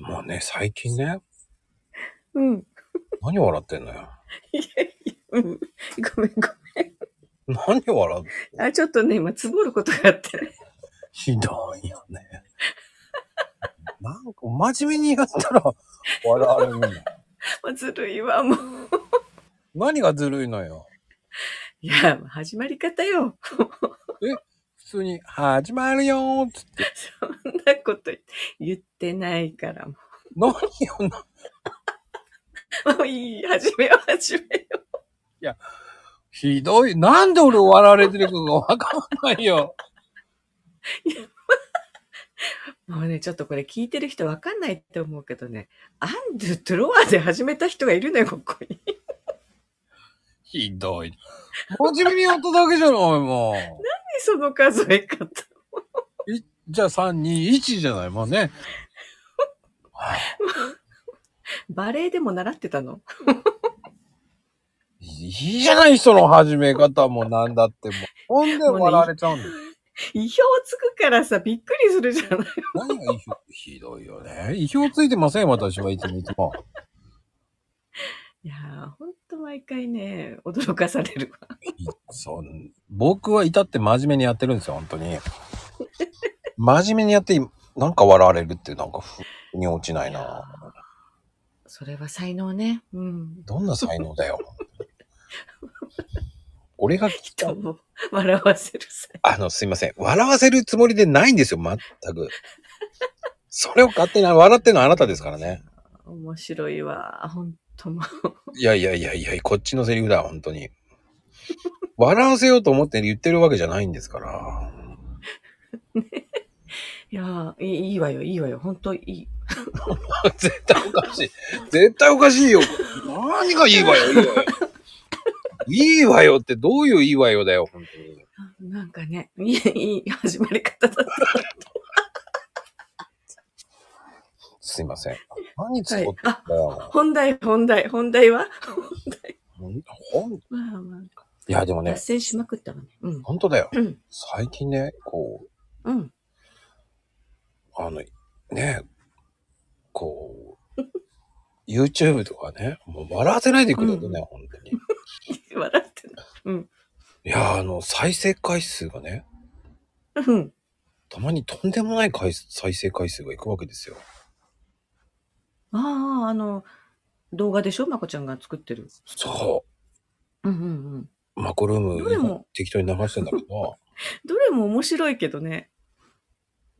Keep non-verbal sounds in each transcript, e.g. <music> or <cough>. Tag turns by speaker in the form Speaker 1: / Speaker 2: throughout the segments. Speaker 1: もうね、最近ね、
Speaker 2: うん。
Speaker 1: 何笑ってんのよ。 <laughs>
Speaker 2: いやいや、うん。ごめんご
Speaker 1: 何笑って
Speaker 2: めん。あ、ちょっとね、今、つぼることがあって。 <laughs>
Speaker 1: ひどいよね。 <laughs> なんか、真面目にやったら笑われるの。
Speaker 2: もうずるいわ、もう。
Speaker 1: 何がずるいのよ。
Speaker 2: いや、もう始まり方よ。
Speaker 1: 普通に、始まるよーっつって。
Speaker 2: そんなこと言ってないから。
Speaker 1: 何
Speaker 2: も
Speaker 1: よ、な
Speaker 2: うもういい、始めよう、始めよ
Speaker 1: ひどい。なんで俺笑われてるかがわかんないよ。
Speaker 2: う。もうね、ちょっとこれ聞いてる人わかんないと思うけどね、アンドゥ・トゥロワで始めた人がいるのよ、ここに。
Speaker 1: ひどい。真面目にやっただけじゃない、もう。
Speaker 2: 何その数え方。
Speaker 1: じゃあ、3、2、1じゃない、もう <laughs> ね。
Speaker 2: バレエでも習ってたの
Speaker 1: いいじゃない、その始め方もなんだってもう。ほんで笑われちゃうんだよ。
Speaker 2: 意表つくからさ、びっくりするじゃない。
Speaker 1: 何が意表、ひどいよね。意表ついてません、私はいつもいつも。
Speaker 2: いやー、ほんと毎回ね、驚かされるわ。
Speaker 1: そう、僕は至って真面目にやってるんですよ、本当に。真面目にやって、なんか笑われるって、なんか、ふに落ちないな。
Speaker 2: それは才能ね。うん。
Speaker 1: どんな才能だよ。俺が来た
Speaker 2: 人、を笑わせる才
Speaker 1: あの、すいません。笑わせるつもりでないんですよ、全く。それを勝手に笑ってるのはあなたですからね。
Speaker 2: 能。 <laughs> 面白いわ。ほんともう。
Speaker 1: いやいやいやいや、こっちのセリフだ、本当に。笑わせようと思って言ってるわけじゃないんですから。 <laughs>
Speaker 2: いやーいいいいわよ、いいわよ。ほんといい。
Speaker 1: 絶対おかしい。絶対おかしいよ。何がいいわよ、いいわよ。いいわよってどういういいわよだよ、本当に。
Speaker 2: あなんかね、 <laughs> いい、いい始まり方だった。
Speaker 1: すいません。何つこってん
Speaker 2: はい
Speaker 1: だよ。
Speaker 2: 本題、本題、本題は
Speaker 1: ほんほんい
Speaker 2: まあまあ、
Speaker 1: や、でもね
Speaker 2: 脱、線しまくったわね。うん。
Speaker 1: 本当だよ。
Speaker 2: うん。
Speaker 1: 最近ね、こう、
Speaker 2: うん。
Speaker 1: あの、ね、こう、YouTube とかね、もう笑わせないでくれるね、本当に。
Speaker 2: <laughs> 笑ってる。
Speaker 1: いやー、あの、再生回数がね、
Speaker 2: うん。
Speaker 1: たまにとんでもない回数再生回数がいくわけですよ。
Speaker 2: ああ、あの、動画でしょまこちゃんが作ってる。
Speaker 1: そ
Speaker 2: うんうんうん。
Speaker 1: う。マコルーム、
Speaker 2: どれも
Speaker 1: 適当に流してんだけ
Speaker 2: <laughs>
Speaker 1: ど、
Speaker 2: どれも面白いけどね。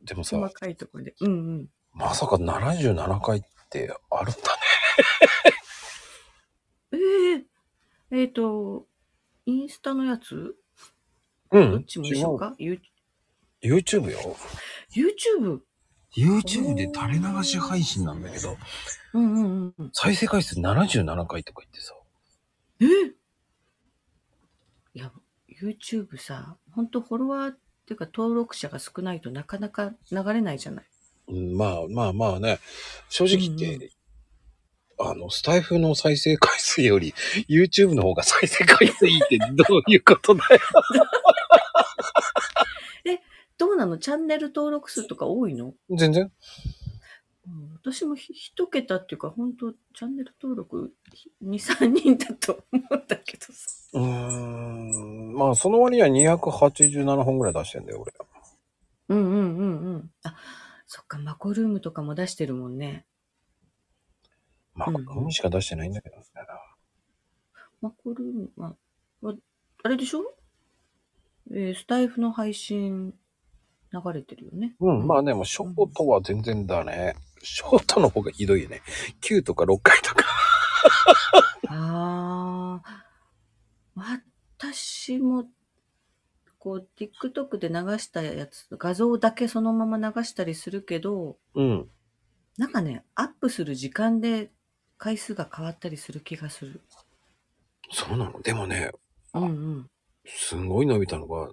Speaker 1: でもさ、
Speaker 2: 細かいところで。うんうん。
Speaker 1: まさか77回ってあるんだね。
Speaker 2: えええっ、と、インスタのやつ
Speaker 1: う
Speaker 2: どっ
Speaker 1: ん。
Speaker 2: ちも一緒か、ユ
Speaker 1: YouTube よ。
Speaker 2: ?YouTube?
Speaker 1: YouTube で垂れ流し配信なんだけど、
Speaker 2: うんうんうん。
Speaker 1: 再生回数77回とか言ってさ、
Speaker 2: えいや、YouTube さ、ほんとフォロワーっていうか登録者が少ないとなかなか流れないじゃない。
Speaker 1: うんまあまあまあね、正直言って、あの、スタイフの再生回数より YouTube の方が再生回数いいってどういうことだ
Speaker 2: <laughs>
Speaker 1: よ。
Speaker 2: どうなのチャンネル登録数とか多いの、
Speaker 1: 全然
Speaker 2: うん、私もひ一桁っていうか、ほんとチャンネル登録ひ2、3人だと思ったけどさ。
Speaker 1: うーんまあ、その割には287本ぐらい出してんだよ、俺。
Speaker 2: うんうんうんうん。あ、そっか、マコルームとかも出してるもんね。
Speaker 1: まあ、
Speaker 2: うん
Speaker 1: これしか出してないんだけどね。
Speaker 2: マコルームは、ああれでしょえースタイフの配信流れてるよね。
Speaker 1: うん、まあね、もうショートは全然だね。ショートの方がひどいよね。9とか6回とか。
Speaker 2: ああ、私も、こう、TikTok で流したやつ、画像だけそのまま流したりするけど、
Speaker 1: うん。
Speaker 2: なんかね、アップする時間で回数が変わったりする気がする。
Speaker 1: そうなの。でもね、
Speaker 2: うんうん。
Speaker 1: すごい伸びたのが、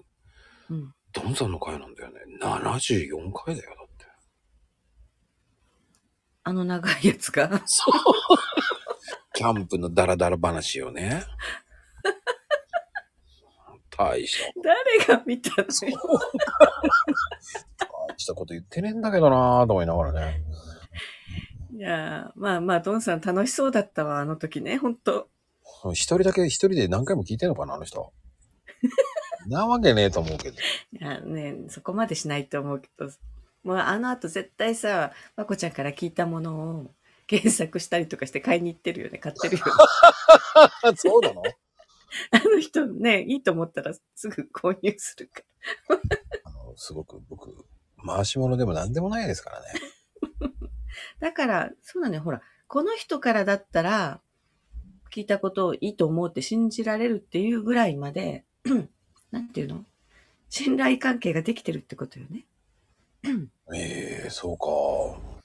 Speaker 2: うん、
Speaker 1: ドンさんの回なんだよね。74回だよ、だって。
Speaker 2: あの長いやつが。 <laughs>
Speaker 1: そう。キャンプのダラダラ話を <laughs> ね。大した、
Speaker 2: 誰が見たのよ
Speaker 1: 大したこと言ってねえんだけどなぁと思いながらね。
Speaker 2: やーまあまあ、ドンさん楽しそうだったわ、あの時ね、本当
Speaker 1: 一人だけ、一人で何回も聞いてんのかな、あの人。 <laughs> なわけねえと思うけど。
Speaker 2: いやね、そこまでしないと思うけど、もうあの後絶対さ、まこちゃんから聞いたものを検索したりとかして買いに行ってるよね、買ってるよね。
Speaker 1: あ
Speaker 2: <laughs>
Speaker 1: そうなの <laughs>
Speaker 2: あの人ね、いいと思ったらすぐ購入するか
Speaker 1: あの、すごく僕、回し物でも何でもないですからね。
Speaker 2: ら。だから、そうだね、ほら、この人からだったら、聞いたことをいいと思うって信じられるっていうぐらいまで、 <clears throat> なんていうの信頼関係ができてるってことよね。
Speaker 1: ええそうか。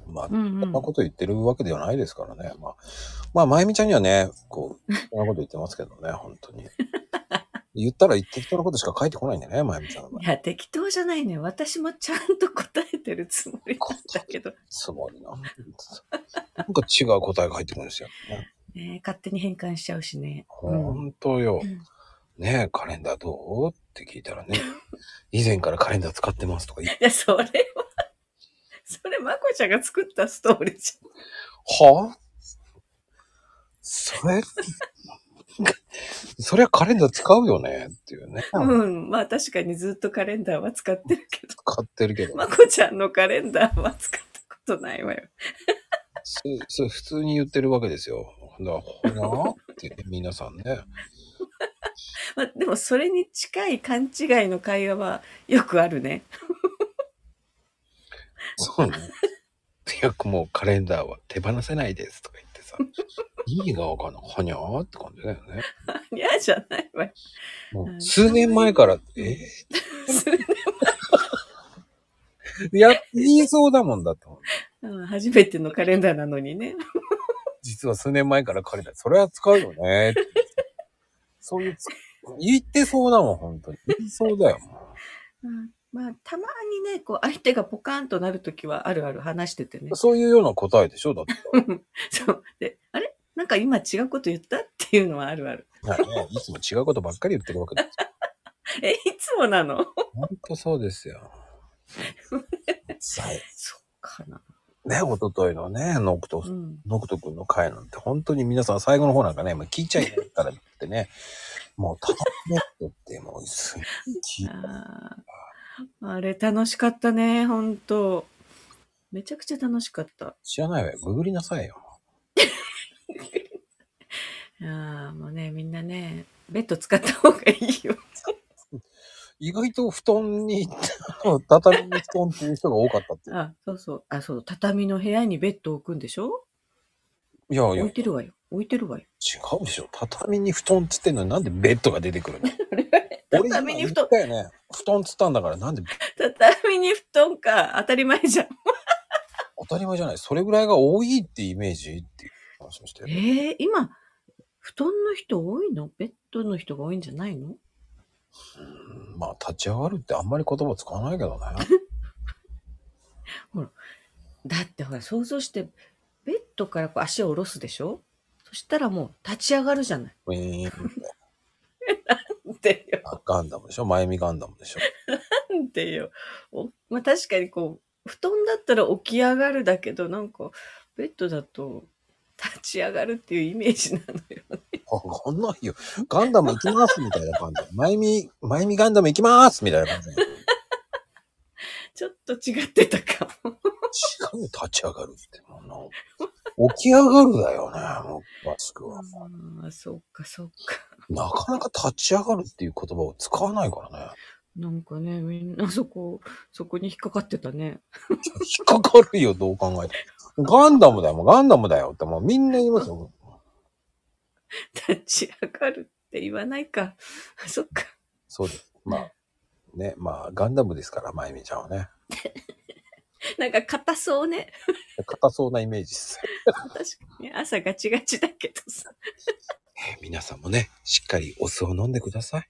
Speaker 1: まあ、
Speaker 2: う
Speaker 1: そ
Speaker 2: んうん
Speaker 1: んなこと言ってるわけではないですからね。まあ、まあ、まゆみちゃんにはね、こう、そんなこと言ってますけどね、 <laughs> 本当に。言ったら適当なことしか書いてこないんでね、まゆみちゃんの場合
Speaker 2: い。や、適当じゃないのよ。私もちゃんと答えてるつもりなんだけど、
Speaker 1: つまりな。なんか違う答えが入ってくるんですよ、ね。
Speaker 2: ね、勝手に変換しちゃうしね。
Speaker 1: ほんとよ。ねえ、カレンダーどうって聞いたら <laughs> ね、以前からカレンダー使ってますとか言って、
Speaker 2: いや、それは、それ、まこちゃんが作ったストーリーじ
Speaker 1: はぁそ <laughs> れ、そりゃカレンダー使うよねっていうね。
Speaker 2: ゃん。うん。まあ、確かにずっとカレンダーは使ってる <laughs> けど、
Speaker 1: 使ってるけど、
Speaker 2: まこちゃんのカレンダーは使ったことないわよ。
Speaker 1: すす普通に言ってるわけですよ。だから、ほなってね皆さんね。
Speaker 2: まあ、でも、それに近い勘違いの会話はよくあるね。 <laughs>
Speaker 1: そうね。いや、もうカレンダーは手放せないですとか言ってさ。意味がわかんない。はにゃーって感じだよね。
Speaker 2: 嫌じゃない <laughs> わよ。
Speaker 1: も
Speaker 2: う
Speaker 1: うん数年前から、えーいや、言いそうだもんだって思う。
Speaker 2: うん初めてのカレンダーなのにね。
Speaker 1: 実は数年前からカレンダー、それは使うよねって。そういうつ、言ってそうだもん、本当に。言いそうだよ。も
Speaker 2: うんまあ、たまにね、こう、相手がポカンとなるときはあるある話しててね
Speaker 1: う。そういうような答えでしょだって。
Speaker 2: そう。で、あれなんか今違うこと言ったっていうのはあるある。
Speaker 1: まあね、いつも違うことばっかり言ってるわけですよ。
Speaker 2: <laughs> え、いつもなの
Speaker 1: ほんとそうですよ。はい。
Speaker 2: そうかな。
Speaker 1: ね、おとといのね、ノクト
Speaker 2: う、ん。
Speaker 1: ノクト君の回なんて、本当に皆さん最後の方なんかね、もう聞いちゃいないからってね、もう、たまんねって言って、もう、す聞い
Speaker 2: あーあれ楽しかったね、ほんと。めちゃくちゃ楽しかった。
Speaker 1: 知らないわよ。ググりなさいよ。
Speaker 2: ああ、もうね、みんなね、ベッド使った方がいいよ。 <laughs>
Speaker 1: 意外と布団に、あの畳に布団っていう人が多かったって。
Speaker 2: あ、そうそう。あ、そう。畳の部屋にベッド置くんでしょ
Speaker 1: いやいや、違
Speaker 2: 置いてるわよ。置いてるわよ。
Speaker 1: うでしょ。畳に布団っつってんのになんでベッドが出てくる
Speaker 2: <laughs>
Speaker 1: の俺今
Speaker 2: 畳に
Speaker 1: 言っ
Speaker 2: 布団
Speaker 1: たよね。布団っつったんだから、なんで
Speaker 2: 畳に布団か。当たり前じゃん。
Speaker 1: 当たり前じゃない。それぐらいが多いってイメージっていう話をしてる。
Speaker 2: ええ今、布団の人多いのベッドの人が多いんじゃない
Speaker 1: う
Speaker 2: の
Speaker 1: んまあ、立ち上がるってあんまり言葉使わないけどね。
Speaker 2: だってほら、想像して、ベッドからこう足を下ろすでしょそしたらもう立ち上がるじゃない。
Speaker 1: ウィーンって。
Speaker 2: ってよ。
Speaker 1: あガンダムでしょマイミガンダムでしょ <laughs>
Speaker 2: なんてよ。おまあ確かにこう、布団だったら起き上がるだけど、なんか、ベッドだと立ち上がるっていうイメージなのよ。 <laughs>
Speaker 1: わかんないよ。ガンダム行きますみたいな感じ。マイミ、マイミガンダム行きますみたいな感じ。違
Speaker 2: ちょっと違ってたかも。
Speaker 1: うよ、立ち上がるって。もうな起き上がるだよね、もう、マスクは。
Speaker 2: ああ、そうか、そうか。
Speaker 1: なかなか立ち上がるっていう言葉を使わないからね。
Speaker 2: なんかね、みんなそこ、そこに引っかかってたね。
Speaker 1: 引っかかるよ、どう考えても。ガンダムだよ、もうガンダムだよって、もうみんな言いますよ。
Speaker 2: <laughs> 立ち上がるって言わないか。そっか。
Speaker 1: そうです。まあ、ね、まあ、ガンダムですから、まゆみちゃんはね。
Speaker 2: なんか硬そうね。
Speaker 1: 硬そうなイメージです。
Speaker 2: 確かに朝ガチガチだけどさ。
Speaker 1: えー皆さんもね、しっかりお酢を飲んでください。